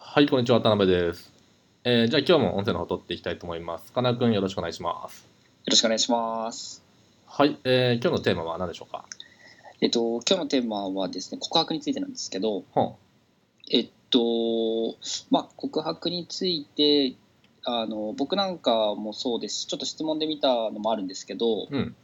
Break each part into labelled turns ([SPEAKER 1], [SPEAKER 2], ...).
[SPEAKER 1] はい、こんにちは、田辺です。えーじゃあ今日も音声の方取っていきたいと思います。かなくんよろしくお願いします。
[SPEAKER 2] よろしくお願いします。
[SPEAKER 1] はい、えー今日のテーマは何でしょうか
[SPEAKER 2] えっと、今日のテーマはですね、告白についてなんですけど、
[SPEAKER 1] ほん。
[SPEAKER 2] えっと、まあ、告白について、あの、僕なんかもそうですし、ちょっと質問で見たのもあるんですけど、
[SPEAKER 1] うん。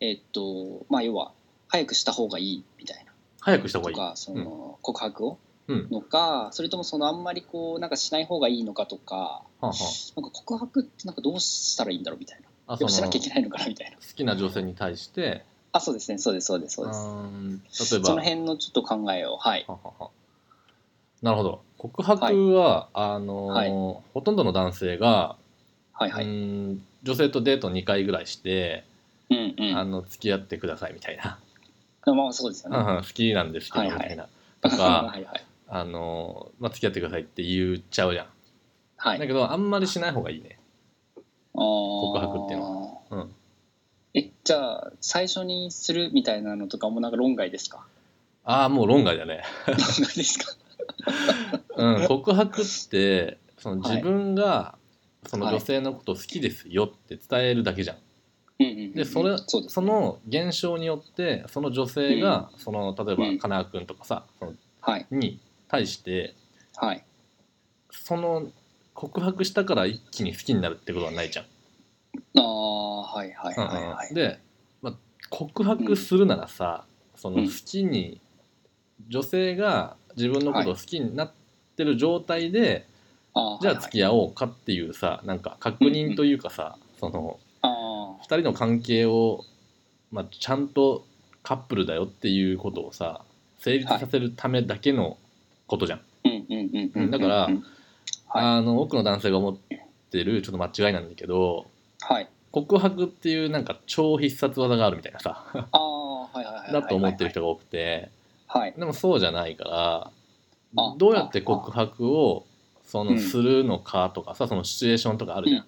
[SPEAKER 2] えっと、まあ、要は、早くした方がいいみたいな
[SPEAKER 1] 早くした方が
[SPEAKER 2] と
[SPEAKER 1] いい。
[SPEAKER 2] か、その、告白を
[SPEAKER 1] うん。
[SPEAKER 2] のか、それともその、あんまりこう、なんかしない方がいいのかとか、
[SPEAKER 1] はんはん。
[SPEAKER 2] なんか告白ってなんかどうしたらいいんだろうみたいな。
[SPEAKER 1] あ、
[SPEAKER 2] や
[SPEAKER 1] そ
[SPEAKER 2] っぱしな
[SPEAKER 1] の、
[SPEAKER 2] きゃい
[SPEAKER 1] 好
[SPEAKER 2] けないのかなみたいな。
[SPEAKER 1] きな女性に対して、
[SPEAKER 2] あ、そうですね、そうです、そうです、そうです。
[SPEAKER 1] ーん例えば、
[SPEAKER 2] その辺のちょっと考えを、はい。
[SPEAKER 1] はんはんはんなるほど。告白は、あのー
[SPEAKER 2] はい
[SPEAKER 1] ほとんどの男性が、
[SPEAKER 2] はいは
[SPEAKER 1] う
[SPEAKER 2] い。
[SPEAKER 1] ーん女性とデート2回ぐらいして、
[SPEAKER 2] うんうん。
[SPEAKER 1] あの付き合ってくださいみたいな、
[SPEAKER 2] まあそうですよね。
[SPEAKER 1] うん うん好きなんですけどみ
[SPEAKER 2] はいはい
[SPEAKER 1] たいな、 とか
[SPEAKER 2] はいはい。
[SPEAKER 1] あの、まあ、付き合ってくださいって言っちゃうじゃん、
[SPEAKER 2] はい、
[SPEAKER 1] だけどあんまりしない方がいいね
[SPEAKER 2] 告
[SPEAKER 1] 白っていう
[SPEAKER 2] の
[SPEAKER 1] はうん
[SPEAKER 2] え、じゃあ、最初にするみたいなのとかもなんか論外です か
[SPEAKER 1] ああもう論外だね、
[SPEAKER 2] 論外ですか
[SPEAKER 1] うん、告白ってその
[SPEAKER 2] はい
[SPEAKER 1] 自分がその
[SPEAKER 2] はい
[SPEAKER 1] 女性のこと好きですよって伝えるだけじゃん、
[SPEAKER 2] うんうんうんうん
[SPEAKER 1] でそれ
[SPEAKER 2] そうです
[SPEAKER 1] その現象によってその女性が、その例えば
[SPEAKER 2] うん
[SPEAKER 1] かなあくんとかさその
[SPEAKER 2] はい。
[SPEAKER 1] に対して
[SPEAKER 2] はい。
[SPEAKER 1] その告白したから一気に好きになるってことはないじゃん
[SPEAKER 2] ああ、はいはいはいは
[SPEAKER 1] うんうん
[SPEAKER 2] い。
[SPEAKER 1] で、まあ、告白するならさ、その
[SPEAKER 2] うん
[SPEAKER 1] 好きに、女性が自分のことを好きになってる状態で、
[SPEAKER 2] あー
[SPEAKER 1] じゃあ
[SPEAKER 2] はいはい
[SPEAKER 1] 付き合おうかっていうさなんか確認というかさ、その
[SPEAKER 2] あ
[SPEAKER 1] 2人の関係を、まあ、ちゃんとカップルだよっていうことをさ成立させるためだけのことじゃん。
[SPEAKER 2] ーうんうんうんうんうん。
[SPEAKER 1] だから
[SPEAKER 2] うんはい
[SPEAKER 1] あの多くの男性が思ってるちょっと間違いなんだけど
[SPEAKER 2] はい。
[SPEAKER 1] 告白っていうなんか超必殺技があるみたいなさ。
[SPEAKER 2] ああ、はいはいはいはい。
[SPEAKER 1] だと思ってる。人が多くて
[SPEAKER 2] はい。
[SPEAKER 1] でもそうじゃないから
[SPEAKER 2] あ
[SPEAKER 1] どうやって告白をそ
[SPEAKER 2] うん
[SPEAKER 1] のするのかとかさそのシチュエーションとかあるじゃん、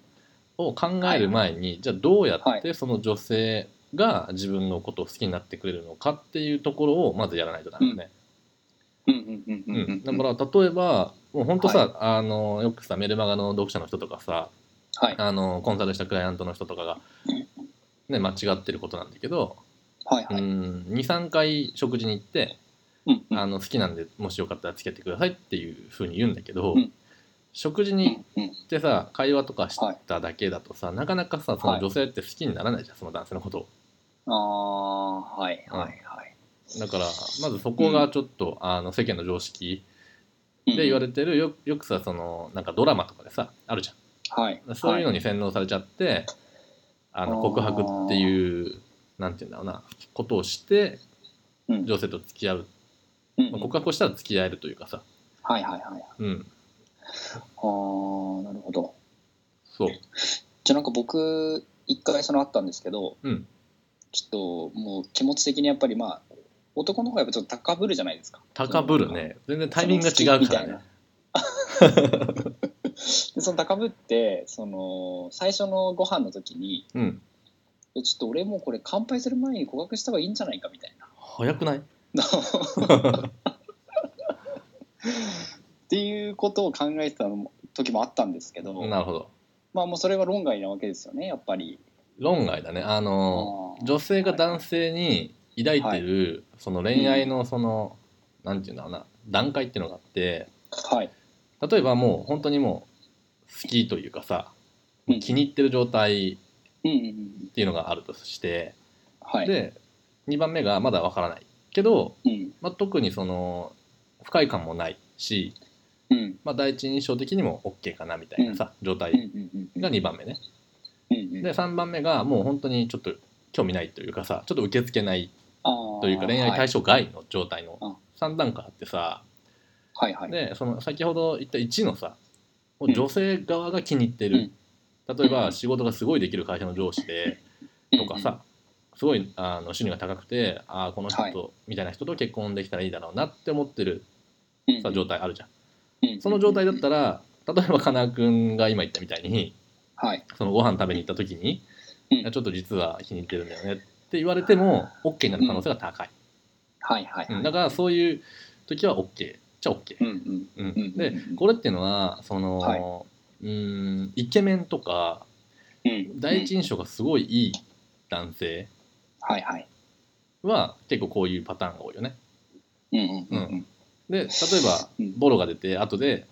[SPEAKER 1] を考える前にじゃあどうや
[SPEAKER 2] は
[SPEAKER 1] ってその女性が自分のことを好きになってくれるのかっていうところをまずやらないとダメだね、
[SPEAKER 2] うんうんうん
[SPEAKER 1] う
[SPEAKER 2] うんんうん。
[SPEAKER 1] だから例えばもうほんとさ、あのよくさメルマガの読者の人とかさ
[SPEAKER 2] はい。
[SPEAKER 1] あのコンサルしたクライアントの人とかが、ね、間違ってることなんだけど、
[SPEAKER 2] はいは
[SPEAKER 1] う
[SPEAKER 2] い。
[SPEAKER 1] ん23回食事に行って
[SPEAKER 2] うんうん
[SPEAKER 1] あの好きなんでもしよかったらつけてくださいっていうふうに言うんだけど、
[SPEAKER 2] うん
[SPEAKER 1] 食事
[SPEAKER 2] う
[SPEAKER 1] に
[SPEAKER 2] んうん。
[SPEAKER 1] 行ってさ会話とかしただけだとさ、なかなかさその女性って好きにならないじゃんその男性のことを
[SPEAKER 2] ああ、はいはいはい。
[SPEAKER 1] だからまずそこがちょっと、あの世間の常識で言われ
[SPEAKER 2] て。
[SPEAKER 1] てるよよくさそのなんかドラマとかでさあるじ
[SPEAKER 2] はい
[SPEAKER 1] ゃん。そういうのに洗脳されちゃって、あの告白っていうなんていうんだろうなことをして
[SPEAKER 2] はいうん
[SPEAKER 1] 女性と付き合う、
[SPEAKER 2] うんうん
[SPEAKER 1] まあ、告白をしたら付き合えるというかさ
[SPEAKER 2] はいはいはい。
[SPEAKER 1] うん
[SPEAKER 2] ああ、なるほど。
[SPEAKER 1] そう
[SPEAKER 2] じゃあなんか僕、一回そのあったんですけど、
[SPEAKER 1] うん
[SPEAKER 2] ちょっともう気持ち的にやっぱりまあ、男の方がやっぱちょっと高ぶるじゃないですか。
[SPEAKER 1] 高ぶるね全然タイミングが違うからね
[SPEAKER 2] で、その高ぶって、その、最初のご飯の時に、
[SPEAKER 1] うん
[SPEAKER 2] えちょっと俺もうこれ乾杯する前に告白した方がいいんじゃないかみたいな。
[SPEAKER 1] 早くない
[SPEAKER 2] っていうことを考えてたのも時もあったんですけど、
[SPEAKER 1] なるほど
[SPEAKER 2] まあもうそれは論外なわけですよね、やっぱり。
[SPEAKER 1] 論外だねあ
[SPEAKER 2] あ
[SPEAKER 1] の
[SPEAKER 2] ー
[SPEAKER 1] 女性が男性に抱いてるその恋愛のそのなんていうんだろうな段階っていうのがあって
[SPEAKER 2] はい。
[SPEAKER 1] 例えばもう本当にもう好きというかさ
[SPEAKER 2] うん
[SPEAKER 1] 気に入ってる状態
[SPEAKER 2] うんうんうん。
[SPEAKER 1] っていうのがあるとして
[SPEAKER 2] はい。
[SPEAKER 1] で2番目がまだわからないけど、
[SPEAKER 2] うん。
[SPEAKER 1] まあ、特にその不快感もないし、
[SPEAKER 2] うん。
[SPEAKER 1] まあ、第一印象的にも OK かなみたいなさ状
[SPEAKER 2] うん
[SPEAKER 1] 態
[SPEAKER 2] うんうん。
[SPEAKER 1] が2番目ね
[SPEAKER 2] うんうん
[SPEAKER 1] で3番目がもう本当にちょっと興味ないというかさちょっと受け付けないと
[SPEAKER 2] と
[SPEAKER 1] いうか恋愛対象外の状態
[SPEAKER 2] あ
[SPEAKER 1] の3段階あってさ
[SPEAKER 2] はいはいはい。
[SPEAKER 1] でその先ほど言った1のさも
[SPEAKER 2] う
[SPEAKER 1] うん女性側が気に入ってる例えば仕事がすごいできる会社の上司でとかさすごいあの収入が高くてああこの人
[SPEAKER 2] はい
[SPEAKER 1] とみたいな人と結婚できたらいいだろうなって思ってる
[SPEAKER 2] うんうん、
[SPEAKER 1] さ状態あるじゃん
[SPEAKER 2] 態
[SPEAKER 1] その状態だった
[SPEAKER 2] ら、
[SPEAKER 1] ら例えばかな君が今言ったみたいに
[SPEAKER 2] はい、
[SPEAKER 1] そのご飯食べに行った時に
[SPEAKER 2] うん
[SPEAKER 1] いやちょっと実は気に入ってるんだよねって言われても OK になる可能性が高い、
[SPEAKER 2] はいはいはい。
[SPEAKER 1] うんだからそういう時は OK ちゃ OK。
[SPEAKER 2] うんうん
[SPEAKER 1] う
[SPEAKER 2] うんうん
[SPEAKER 1] ん、でこれっていうのはその、
[SPEAKER 2] はいう
[SPEAKER 1] ーんイケメンとか
[SPEAKER 2] うん
[SPEAKER 1] 第一印象がすごいいい男性
[SPEAKER 2] はいはい
[SPEAKER 1] は結構こういうパターンが多いよね。
[SPEAKER 2] うんうんうんうん
[SPEAKER 1] で例えば
[SPEAKER 2] うん
[SPEAKER 1] ボロが出て後 で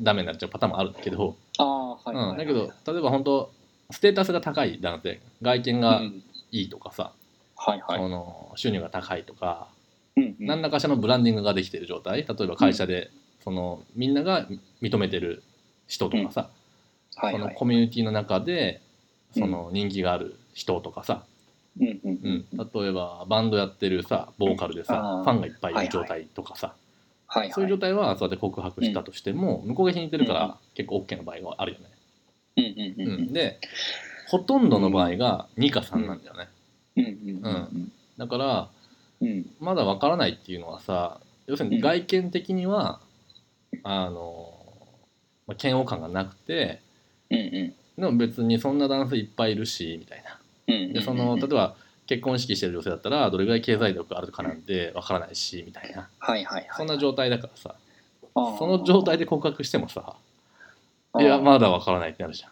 [SPEAKER 1] ダメになっちゃうパターンもあるんだけど、
[SPEAKER 2] ああはいはいは
[SPEAKER 1] うん、
[SPEAKER 2] い
[SPEAKER 1] だけど例えば本当ステータスが高い男性外見が
[SPEAKER 2] うん
[SPEAKER 1] いいとかさ、
[SPEAKER 2] はいはい
[SPEAKER 1] その収入が高いとか
[SPEAKER 2] うんうん
[SPEAKER 1] 何らかしらのブランディングができている状態例えば会社でそのみんなが認めてる人とかさ、
[SPEAKER 2] はい
[SPEAKER 1] その
[SPEAKER 2] はい
[SPEAKER 1] コミュニティの中でその人気がある人とかさ、
[SPEAKER 2] うんうん
[SPEAKER 1] うん例えばバンドやってるさボーカルで
[SPEAKER 2] あ
[SPEAKER 1] さ
[SPEAKER 2] ー
[SPEAKER 1] ファンがいっぱいいる状態とかさ、
[SPEAKER 2] はいはい
[SPEAKER 1] そういう状態はそうやって告白したとしても、向こうが気に入ってるか
[SPEAKER 2] うん
[SPEAKER 1] ら結構 OK の場合があるよね、
[SPEAKER 2] うんうんう
[SPEAKER 1] うん
[SPEAKER 2] うん
[SPEAKER 1] ん、でほとんどの場合が2か3なんだよね、
[SPEAKER 2] うんうんうん
[SPEAKER 1] だから
[SPEAKER 2] うんうん
[SPEAKER 1] まだわからないっていうのはさ要するに外見的には、あのまあ嫌悪感がなくて
[SPEAKER 2] うん
[SPEAKER 1] でも別にそんな男性いっぱいいるしみたいな
[SPEAKER 2] うん
[SPEAKER 1] でその例えば結婚式してる女性だったらどれぐらい経済力あるかなんてわからないしみたいな
[SPEAKER 2] はいはいはい
[SPEAKER 1] そんな状態だからさ
[SPEAKER 2] あー
[SPEAKER 1] その状態で告白してもさ
[SPEAKER 2] あー
[SPEAKER 1] いやまだわからないってなるじ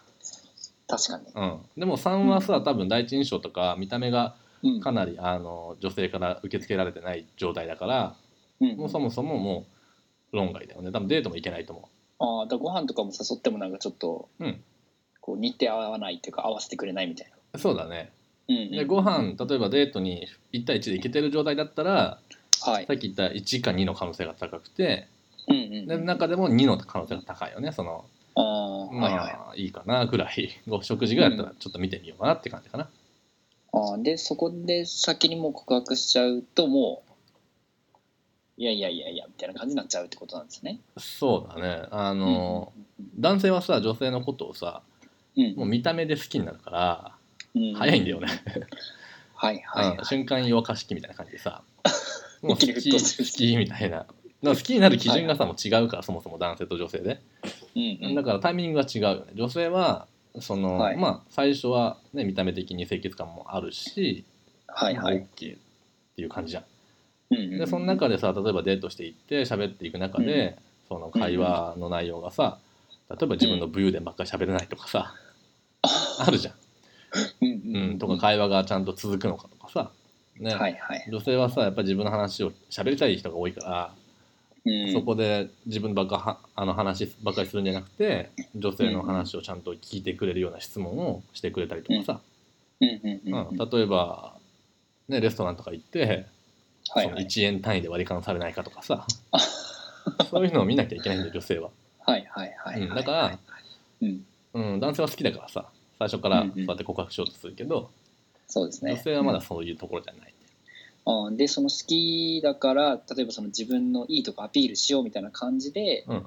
[SPEAKER 2] 確かに
[SPEAKER 1] ゃん、うん、でも3はさ多分第一印象とか見た目が
[SPEAKER 2] うん
[SPEAKER 1] かなりあの女性から受け付けられてない状態だから
[SPEAKER 2] うん
[SPEAKER 1] もうそもそももう論外だよね多分デートもいけないと思
[SPEAKER 2] ああだからご飯とかも誘ってもなんかちょっと
[SPEAKER 1] うん
[SPEAKER 2] こう日程合わないっていうか合わせてくれないみたいう
[SPEAKER 1] そうだね
[SPEAKER 2] なうんうん
[SPEAKER 1] でご飯例えばデートに1対1でいけてる状態だったら
[SPEAKER 2] はい
[SPEAKER 1] さっき言った1か2の可能性が高くて
[SPEAKER 2] うんうん
[SPEAKER 1] で中でも2の可能性が高いよねその
[SPEAKER 2] ああ
[SPEAKER 1] ま
[SPEAKER 2] はいはい
[SPEAKER 1] あいいかなぐらいご食事がやったらちょっと見てみようかなって感じかな、
[SPEAKER 2] あーでそこで先にもう告白しちゃうともういやいやいやいやみたいな感じになっちゃうってことなんですね。
[SPEAKER 1] そうだねあ
[SPEAKER 2] う
[SPEAKER 1] の、男性はさ女性のことをさ
[SPEAKER 2] ん
[SPEAKER 1] もう見た目で好きになるから
[SPEAKER 2] うん
[SPEAKER 1] 早いんだよね、
[SPEAKER 2] はいはいはい
[SPEAKER 1] うん瞬間弱化式みたいな感じで さもう好き
[SPEAKER 2] 一気に沸騰
[SPEAKER 1] 好
[SPEAKER 2] する
[SPEAKER 1] きみたい なだから好きになる基準がさもう違うからそもそも男性と女性で
[SPEAKER 2] うんうん
[SPEAKER 1] だからタイミングが違うよね女性はその、
[SPEAKER 2] はい
[SPEAKER 1] まあ最初は、ね、見た目的に清潔感もあるし、
[SPEAKER 2] はいはい
[SPEAKER 1] OK っていう感じじゃん
[SPEAKER 2] うんうん
[SPEAKER 1] でその中でさ例えばデートしていって喋っていく中で、その会話の内容がさ例えば自分の武勇伝ばっかり喋れないとかさ、あるじゃん、
[SPEAKER 2] うん
[SPEAKER 1] う
[SPEAKER 2] うんん
[SPEAKER 1] とか会話がちゃんと続くのかとかさ、ね
[SPEAKER 2] はいはい
[SPEAKER 1] 女性はさやっぱり自分の話を喋りたい人が多いから、
[SPEAKER 2] うん
[SPEAKER 1] そこで自分ばっかはあの話ばっかりするんじゃなくて女性の話をちゃんと聞いてくれるような質問をしてくれたりとかさ、
[SPEAKER 2] うんうんうん
[SPEAKER 1] うん例えば、ね、レストランとか行って
[SPEAKER 2] はい
[SPEAKER 1] そ
[SPEAKER 2] は
[SPEAKER 1] の
[SPEAKER 2] い
[SPEAKER 1] 1円単位で割り勘されないかとか さそういうのを見なきゃいけないんだよ女性は、
[SPEAKER 2] はいはいはい
[SPEAKER 1] うんだから、
[SPEAKER 2] うん
[SPEAKER 1] うん、男性は好きだからさ最初から
[SPEAKER 2] うん
[SPEAKER 1] そう
[SPEAKER 2] うん
[SPEAKER 1] やって告白しようとするけど、
[SPEAKER 2] そうですね
[SPEAKER 1] 女性はまだそういうところじゃない、
[SPEAKER 2] うんでその好きだから例えばその自分のいいとこアピールしようみたいな感じで、
[SPEAKER 1] うん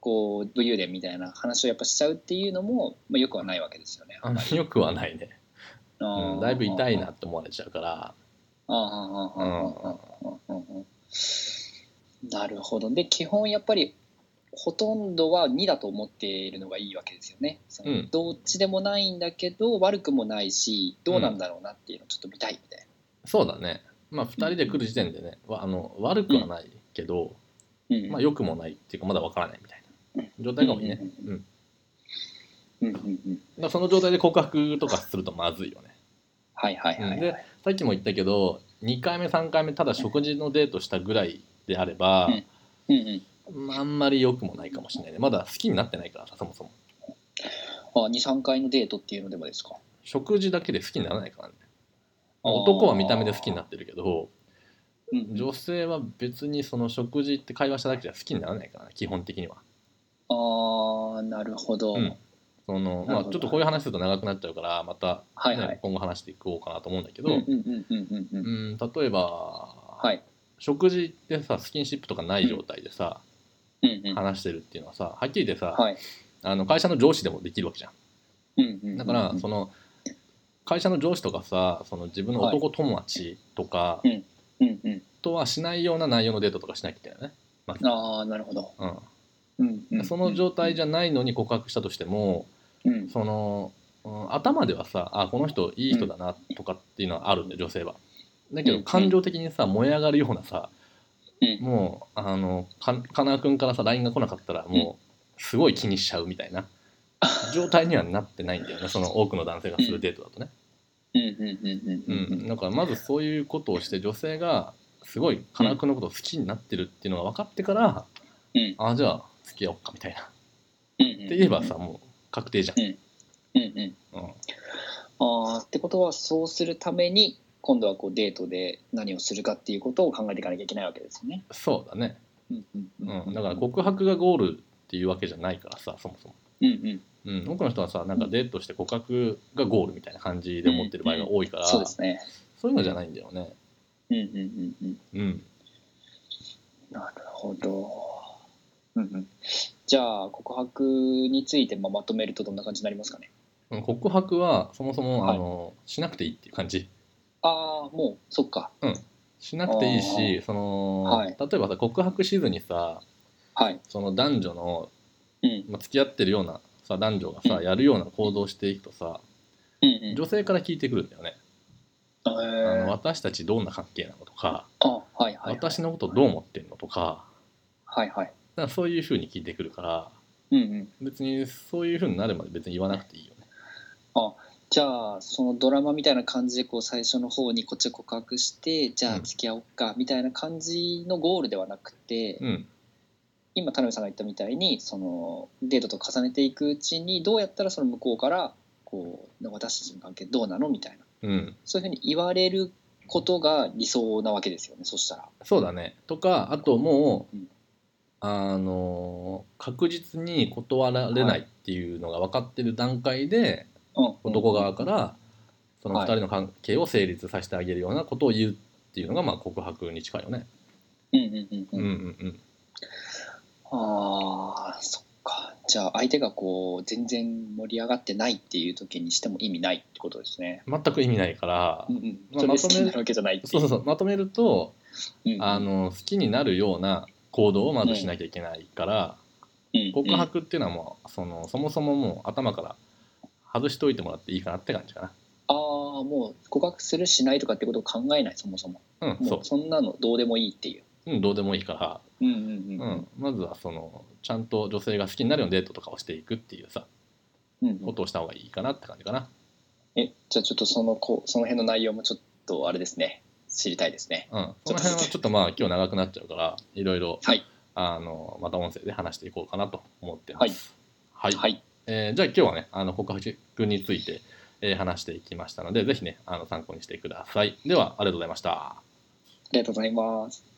[SPEAKER 2] こう武勇伝みたいな話をやっぱしちゃうっていうのも、まあ、よくはないわけですよね。
[SPEAKER 1] あんまりよくはないね、
[SPEAKER 2] あ
[SPEAKER 1] うん、
[SPEAKER 2] ー
[SPEAKER 1] だいぶ痛いなって思われちゃうから
[SPEAKER 2] あーあーあーあーあーあーあーなるほどで基本やっぱりほとんどは2だと思っているのがいいわけですよね。その
[SPEAKER 1] うん
[SPEAKER 2] どっちでもないんだけど悪くもないしどうなんだろうなっていうのをちょっと見たいみたいな。
[SPEAKER 1] そうだねまあ2人で来る時点でね、わあの悪くはないけど、
[SPEAKER 2] うん
[SPEAKER 1] まあ良くもないっていうかまだわからないみたいな状態が多いね、
[SPEAKER 2] う
[SPEAKER 1] うんだか
[SPEAKER 2] うんうんうん、
[SPEAKER 1] らその状態で告白とかするとまずいよね
[SPEAKER 2] はいはいはい、はい
[SPEAKER 1] うんでさっきも言ったけど2回目3回目ただ食事のデートしたぐらいであれば、
[SPEAKER 2] うんうん
[SPEAKER 1] まああんまり良くもないかもしれないねまだ好きになってないからさそもそも
[SPEAKER 2] あ23回のデートっていうのでもですか
[SPEAKER 1] 食事だけで好きにならないからね、まあ
[SPEAKER 2] あー
[SPEAKER 1] 男は見た目で好きになってるけど
[SPEAKER 2] うん
[SPEAKER 1] 女性は別にその食事って会話しただけじゃ好きにならないからね基本的には
[SPEAKER 2] ああなるほど、
[SPEAKER 1] うんそのま
[SPEAKER 2] なる
[SPEAKER 1] あ、
[SPEAKER 2] ほど
[SPEAKER 1] ちょっとこういう話すると長くなっちゃうからまた、ね
[SPEAKER 2] はいはい
[SPEAKER 1] 今後話していこうかなと思うんだけ
[SPEAKER 2] うん
[SPEAKER 1] ど、
[SPEAKER 2] うんうんうんうん
[SPEAKER 1] う
[SPEAKER 2] うん
[SPEAKER 1] ん、例えば、
[SPEAKER 2] はい
[SPEAKER 1] 食事ってさスキンシップとかない状態でさ、
[SPEAKER 2] うんうん
[SPEAKER 1] 話してるっていうのはさはっきり言ってさ、
[SPEAKER 2] はい
[SPEAKER 1] あの会社の上司でもできるわけじゃん
[SPEAKER 2] うんうん
[SPEAKER 1] だからその会社の上司とかさその自分の男友達とか
[SPEAKER 2] うんうん
[SPEAKER 1] とはしないような内容のデートとかしなきゃいけないよね、
[SPEAKER 2] ああなるほど、
[SPEAKER 1] うん
[SPEAKER 2] うんうん、
[SPEAKER 1] その状態じ
[SPEAKER 2] ゃ、
[SPEAKER 1] ゃないのに告白したとしても
[SPEAKER 2] うん、
[SPEAKER 1] その、うん頭ではさあこの人いい人だなとかっていうのはあるんだよ女性はだけ
[SPEAKER 2] う
[SPEAKER 1] ど
[SPEAKER 2] ん
[SPEAKER 1] 感情的にさ燃え上がるようなさ
[SPEAKER 2] うん
[SPEAKER 1] もうあのかかなくんからさ LINE が来なかったらもうすごい気にしちゃうみたいな状態にはなってないんだよねその多くの男性がするデートだとね。
[SPEAKER 2] うんうんう
[SPEAKER 1] う
[SPEAKER 2] んうんうん
[SPEAKER 1] ん、だからまずそういうことをして女性がすごいかなくんのことを好きになってるっていうのが分かってから、
[SPEAKER 2] うん
[SPEAKER 1] ああじゃあ付き合おうかみたいな。っ
[SPEAKER 2] うんうん
[SPEAKER 1] て言えばさもう確定じゃん。
[SPEAKER 2] うんうん
[SPEAKER 1] うん
[SPEAKER 2] ああってことはそうするために今度はこうデートで何をするかっていうことを考えていかなきゃいけないわけですよね。
[SPEAKER 1] そうだね、
[SPEAKER 2] うんうん
[SPEAKER 1] うん、だから告白がゴールっていうわけじゃないからさそもそも。
[SPEAKER 2] うんうん
[SPEAKER 1] うん、多くの人はさなんかデートして告白がゴールみたいな感じで思ってる場合が多いから、
[SPEAKER 2] そうですね。
[SPEAKER 1] そういうのじゃないんだよね。
[SPEAKER 2] うんうんうんうん
[SPEAKER 1] うん、
[SPEAKER 2] なるほど。うんうん、じゃあ告白についてまあまとめるとどんな感じになりますかね
[SPEAKER 1] うん告白はそもそも、
[SPEAKER 2] はい
[SPEAKER 1] あのしなくていいっていう感じ
[SPEAKER 2] ああもうそっか
[SPEAKER 1] しなくていいしその、
[SPEAKER 2] はい
[SPEAKER 1] 例えばさ告白しずにさ
[SPEAKER 2] はい。
[SPEAKER 1] その男女の、
[SPEAKER 2] うん
[SPEAKER 1] まあ、付き合ってるようなさ男女がさ、
[SPEAKER 2] うん
[SPEAKER 1] やるような行動をしていくとさ
[SPEAKER 2] うんうん
[SPEAKER 1] 女性から聞いてくるんだよね、あ
[SPEAKER 2] え
[SPEAKER 1] の
[SPEAKER 2] ー
[SPEAKER 1] 私たちどんな関係なのとか、
[SPEAKER 2] あはいはいはい
[SPEAKER 1] 私のことどう思ってんのとか
[SPEAKER 2] はいはい。
[SPEAKER 1] だからそういうふうに聞いてくるから
[SPEAKER 2] うんうん、
[SPEAKER 1] 別にそういうふうになるまで別に言わなくていいよね
[SPEAKER 2] じゃあそのドラマみたいな感じでこう最初の方にこっち告白してじゃ
[SPEAKER 1] う
[SPEAKER 2] あ
[SPEAKER 1] ん
[SPEAKER 2] 付き合おうかみたいな感じのゴールではなくて、
[SPEAKER 1] うん
[SPEAKER 2] 今田辺さんが言ったみたいにそのデートと重ねていくうちにどうやったらその向こうからこう私たちの関係どうなのみたいな
[SPEAKER 1] うん
[SPEAKER 2] そういうふうに言われることが理想なわけですよねそしたら。
[SPEAKER 1] そうだねとかあともう、
[SPEAKER 2] うん
[SPEAKER 1] あの確実に断られないっていうのが分かってる段階で
[SPEAKER 2] うん、
[SPEAKER 1] 男側からその
[SPEAKER 2] は
[SPEAKER 1] 2
[SPEAKER 2] い
[SPEAKER 1] 人の関係を成立させてあげるようなことを言うっていうのがまあ告白に近いよね。
[SPEAKER 2] うんうんう
[SPEAKER 1] うんん
[SPEAKER 2] う
[SPEAKER 1] うん
[SPEAKER 2] ん、
[SPEAKER 1] うん
[SPEAKER 2] あーそっかじゃあ相手がこう全然盛り上がってないっていう時にしても意味ないってことですね。
[SPEAKER 1] 全く意味ないから、
[SPEAKER 2] うんうん
[SPEAKER 1] まあまと
[SPEAKER 2] それで
[SPEAKER 1] め
[SPEAKER 2] 好きになるわけじゃないって
[SPEAKER 1] そ
[SPEAKER 2] いうう。
[SPEAKER 1] そうそうまとめると、
[SPEAKER 2] うん
[SPEAKER 1] あの好きになるような行動をまずしなきゃいけないから、
[SPEAKER 2] うん
[SPEAKER 1] 告白っていうのはもうそのそもそももう頭から外しといてもらっていいかなって感じか
[SPEAKER 2] ああもう告白するしないとかってことを考えないそもそも
[SPEAKER 1] な。うん、
[SPEAKER 2] も
[SPEAKER 1] そう
[SPEAKER 2] うそんなのどうでもいいっていう
[SPEAKER 1] うん、どうでもいいから、
[SPEAKER 2] うんう
[SPEAKER 1] うん、
[SPEAKER 2] うん
[SPEAKER 1] まずはそのちゃんと女性が好きになるようなデートとかをしていくっていうさ
[SPEAKER 2] んうんう
[SPEAKER 1] こ
[SPEAKER 2] ん
[SPEAKER 1] とをした方がいいかなって感じかな。
[SPEAKER 2] えじゃあちょっとそのこうその辺の内容もちょっとあれですね知りたいですね
[SPEAKER 1] うん、その辺はちょっとまあ今日長くなっちゃうからいろいろ、
[SPEAKER 2] はい
[SPEAKER 1] あのまた音声で話していこうかなと思ってます。はい、
[SPEAKER 2] はい
[SPEAKER 1] えーじゃあ今日はねあの告白について、えー話していきましたのでぜひねあの参考にしてください。ではありがとうございました。
[SPEAKER 2] ありがとうございます